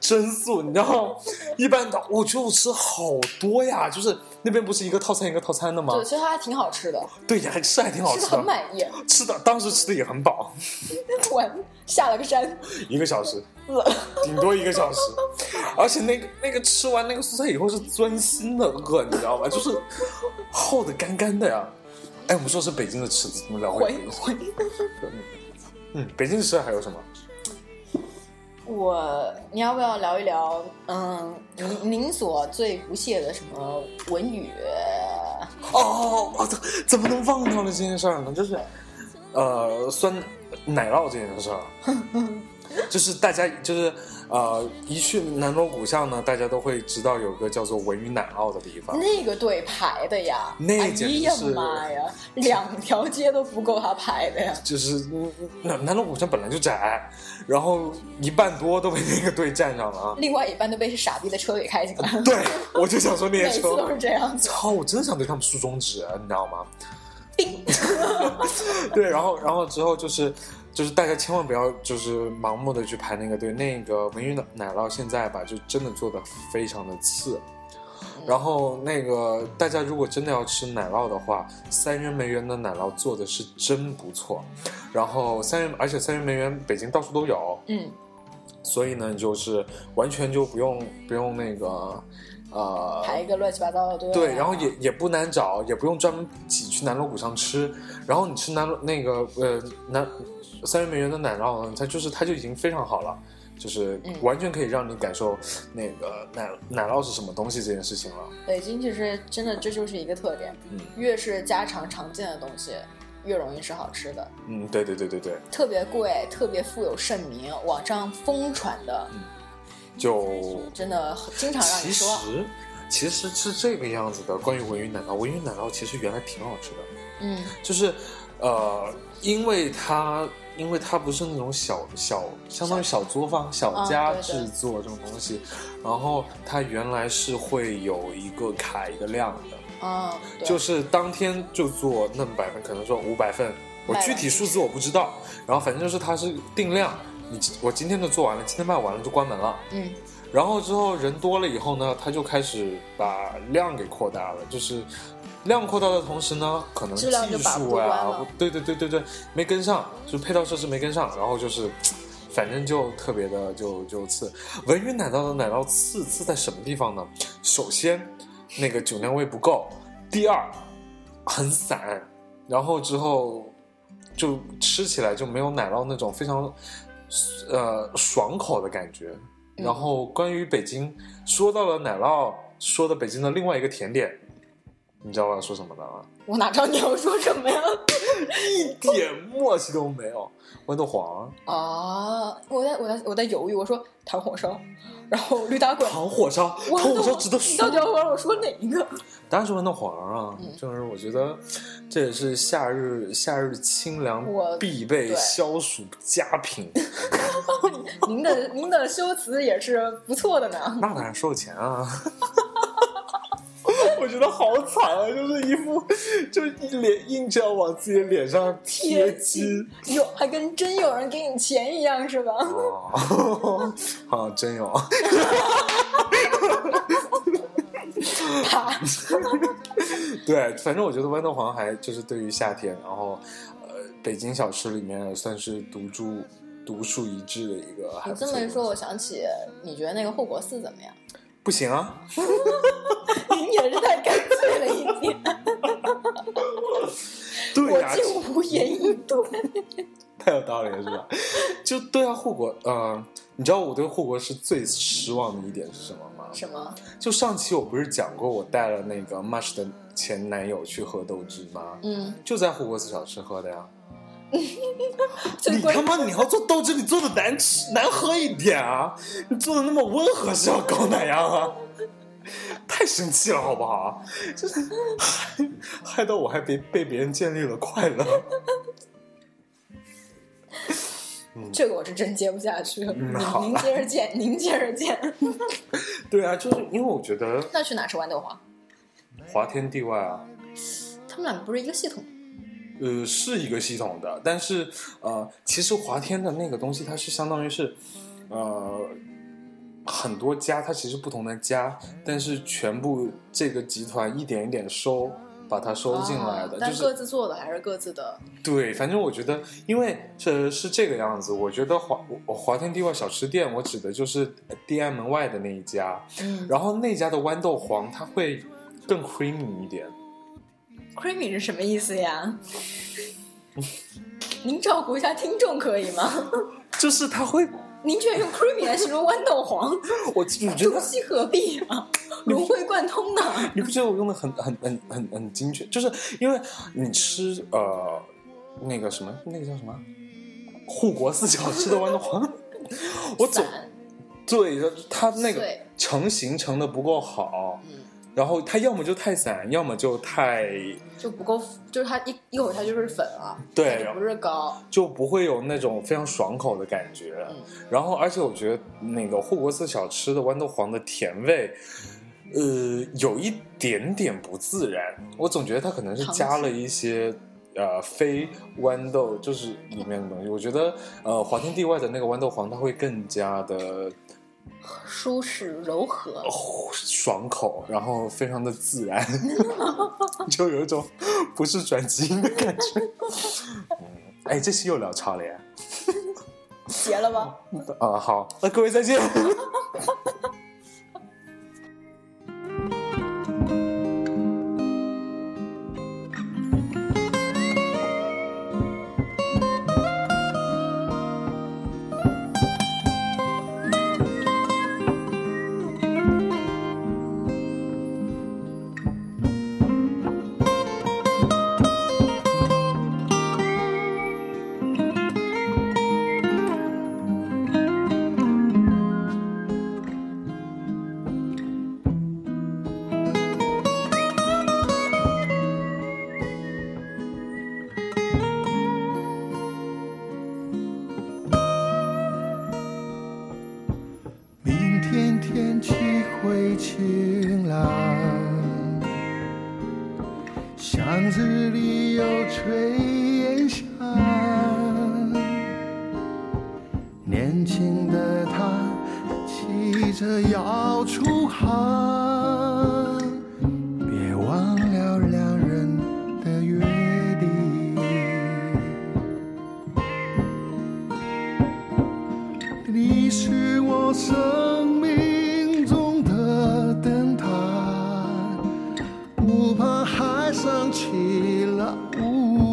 Speaker 1: 真素，你知道吗？一般的，我觉得我吃好多呀，就是那边不是一个套餐一个套餐的吗
Speaker 2: 对，？其实它还挺好吃的，
Speaker 1: 对呀，吃还挺好
Speaker 2: 吃啊
Speaker 1: 吃
Speaker 2: 的
Speaker 1: 的，
Speaker 2: 很满意。
Speaker 1: 吃的当时吃的也很饱，
Speaker 2: 突然下了个山，
Speaker 1: 一个小时，
Speaker 2: 饿了。
Speaker 1: 顶多一个小时，而且那个那个吃完那个蔬菜以后是钻心的饿，你知道吗？就是厚的干干的呀。哎，我们说是北京的吃的，怎么聊回
Speaker 2: 回回，
Speaker 1: 嗯，北京的吃的还有什么？
Speaker 2: 我你要不要聊一聊？嗯，您您所最不屑的什么文语？
Speaker 1: 哦，我操，怎么能忘掉了这件事儿呢？就是，呃，酸奶酪这件事儿，就是大家就是呃，一去南锣鼓巷呢，大家都会知道有个叫做文娱奶酪的地方。
Speaker 2: 那个队排的呀，
Speaker 1: 那
Speaker 2: 哎
Speaker 1: 简直
Speaker 2: 呀
Speaker 1: 是
Speaker 2: 妈呀，两条街都不够他排的呀。！
Speaker 1: 就是嗯南南锣鼓巷本来就窄，然后一半多都被那个队占上了啊
Speaker 2: 另外一半都被傻逼的车给开进来了，
Speaker 1: 对，我就想说那
Speaker 2: 嗯每
Speaker 1: 些
Speaker 2: 次
Speaker 1: 车
Speaker 2: 都，是这样子。
Speaker 1: 操！我真的想对他们竖中指，你知道吗？
Speaker 2: 叮，
Speaker 1: 对，然后然后之后就是就是大家千万不要就是盲目的去排那个队，那个文娱奶奶酪现在吧，就真的做的非常的次。然后那个大家如果真的要吃奶酪的话，三元梅园的奶酪做的是真不错。然后三元，而且三元梅园北京到处都有，
Speaker 2: 嗯，
Speaker 1: 所以呢就是完全就不用不用那个呃
Speaker 2: 排一个乱七八糟的队啊。
Speaker 1: 对，然后也也不难找，也不用专门挤去南锣鼓巷吃。然后你吃南锣那个呃南三元梅园的奶酪呢，它就是它就已经非常好了，就是
Speaker 2: 嗯
Speaker 1: 完全可以让你感受那个奶奶酪是什么东西这件事情了。
Speaker 2: 北京其实真的这就是一个特点，
Speaker 1: 嗯
Speaker 2: 越是家常常见的东西，越容易是好吃的。
Speaker 1: 嗯，对对对对对，
Speaker 2: 特别贵，特别富有盛名，网上疯传的，
Speaker 1: 就
Speaker 2: 真的很经常让
Speaker 1: 其
Speaker 2: 你失
Speaker 1: 实
Speaker 2: 望。
Speaker 1: 其实是这个样子的。关于文娱奶酪，文娱奶酪其实原来挺好吃的。
Speaker 2: 嗯，
Speaker 1: 就是呃，因为它因为它不是那种小小，相当于小作坊、小家
Speaker 2: 对对
Speaker 1: 制作这种东西，然后它原来是会有一个卡一个量的，
Speaker 2: 啊，对
Speaker 1: 就是当天就做那么百份，可能说五百份，我
Speaker 2: 卖完
Speaker 1: 具体数字我不知道，然后反正就是它是定量，你我今天就做完了，今天卖完了就关门了。
Speaker 2: 嗯，
Speaker 1: 然后之后人多了以后呢，他就开始把量给扩大了，就是量扩大的同时呢，可能
Speaker 2: 质
Speaker 1: 技
Speaker 2: 量就把不
Speaker 1: 术
Speaker 2: 关
Speaker 1: 啊
Speaker 2: 了，
Speaker 1: 对对对对对，没跟上，就配套设施没跟上，然后就是，反正就特别的就就次。文娱奶酪的奶酪次次在什么地方呢？首先，那个酒酿味不够；第二，很散，然后之后就吃起来就没有奶酪那种非常呃爽口的感觉。
Speaker 2: 嗯
Speaker 1: 然后关于北京，说到了奶酪，说的北京的另外一个甜点，你知道我要说什么了吗？
Speaker 2: 我哪知道你要说什 么呀？
Speaker 1: 一
Speaker 2: 哦
Speaker 1: 点默契都没有，豌豆黄、
Speaker 2: 啊，我在我在我在犹豫，我说糖火烧，然后驴打滚。
Speaker 1: 糖火烧，
Speaker 2: 我
Speaker 1: 糖火烧值得
Speaker 2: 你
Speaker 1: 说
Speaker 2: 到底要让我说哪一个？
Speaker 1: 当然是豌豆黄啊，
Speaker 2: 嗯
Speaker 1: 就是我觉得这也是夏日夏日清凉
Speaker 2: 我
Speaker 1: 必备
Speaker 2: 对
Speaker 1: 消暑佳品。
Speaker 2: 您的 您的修辞也是不错的呢。
Speaker 1: 那当然收钱 啊！我觉得好惨啊，就是一副就一脸硬是要往自己脸上贴金。
Speaker 2: 有还跟真有人给你钱一样是吧？
Speaker 1: 哦， 啊，真有，
Speaker 2: 啪，
Speaker 1: 对，反正我觉得豌豆黄还就是对于夏天，然后呃，北京小吃里面算是独株独树一帜的一个。还
Speaker 2: 你
Speaker 1: 不错
Speaker 2: 这
Speaker 1: 的
Speaker 2: 么一说，
Speaker 1: 东
Speaker 2: 我
Speaker 1: 西
Speaker 2: 想起你觉得那个护国寺怎么样？
Speaker 1: 不行啊，
Speaker 2: 您也是太干脆了一 点，
Speaker 1: 对
Speaker 2: 我
Speaker 1: 呀、
Speaker 2: 竟无言以对。
Speaker 1: 太有道理了，是吧？就对啊，护国，呃，你知道我对护国是最失望的一点是什么吗？
Speaker 2: 什么？
Speaker 1: 就上期我不是讲过，我带了那个 Mush 的前男友去喝豆汁吗？
Speaker 2: 嗯，
Speaker 1: 就在护国寺小吃喝的呀。
Speaker 2: 最
Speaker 1: 你
Speaker 2: 关
Speaker 1: 他妈你要做豆汁，你做的难吃难喝一点啊！你做的那么温和是要搞哪样啊？太生气了，好不好？就是 害害到我还被被别人建立了快乐。
Speaker 2: 这个我是真接不下去了。
Speaker 1: 嗯
Speaker 2: 您
Speaker 1: 好
Speaker 2: 您接着见，您接着见。
Speaker 1: 对啊，就是因为我觉得
Speaker 2: 那去哪吃豌豆黄？
Speaker 1: 华天地外啊，
Speaker 2: 他们俩不是一个系统。
Speaker 1: 呃，是一个系统的，但是呃，其实华天的那个东西它是相当于是，呃，很多家，它其实不同的家，但是全部这个集团一点一点收，把它收进来的，
Speaker 2: 啊但
Speaker 1: 就是
Speaker 2: 各自做的还是各自的。
Speaker 1: 对，反正我觉得，因为这是这个样子，我觉得华我华天地外小吃店，我指的就是地安门外的那一家，
Speaker 2: 嗯
Speaker 1: 然后那家的豌豆黄它会更 creamy 一点，
Speaker 2: ，creamy 是什么意思呀？ 您照顾一下听众可以吗？
Speaker 1: 就是它会，
Speaker 2: 您居然用 creamy 来形容豌豆黄，
Speaker 1: 我我觉
Speaker 2: 中
Speaker 1: 得
Speaker 2: 西合璧啊，融会贯通的。
Speaker 1: 你不觉得我用的很很很很很精确？就是因为你吃呃那个什么那个叫什么护国寺小吃的豌豆黄，我总
Speaker 2: 散
Speaker 1: 对它那个
Speaker 2: 碎
Speaker 1: 成型成的不够好，
Speaker 2: 嗯
Speaker 1: 然后它要么就太散，要么就太
Speaker 2: 就不够，就是它一一口它就是粉了，
Speaker 1: 对
Speaker 2: 它就不是膏。
Speaker 1: 就不会有那种非常爽口的感觉。
Speaker 2: 嗯
Speaker 1: 然后，而且我觉得那个护国寺小吃的豌豆黄的甜味，呃，有一点点不自然。我总觉得它可能是
Speaker 2: 糖
Speaker 1: 加
Speaker 2: 精
Speaker 1: 了一些呃非豌豆，就是里面的东西。我觉得呃华天地外的那个豌豆黄，它会更加的
Speaker 2: 舒适柔和，
Speaker 1: 哦爽口，然后非常的自然，就有一种不是转基因的感觉。嗯，哎，这期又聊差了耶。
Speaker 2: 结了吧？
Speaker 1: 啊、好，那各位再见。
Speaker 4: 明天天气会晴朗，巷子里有炊烟香。年轻的他急着要出航，别忘了两人的约定。你是我生命中的灯塔，不怕海上起了雾。哦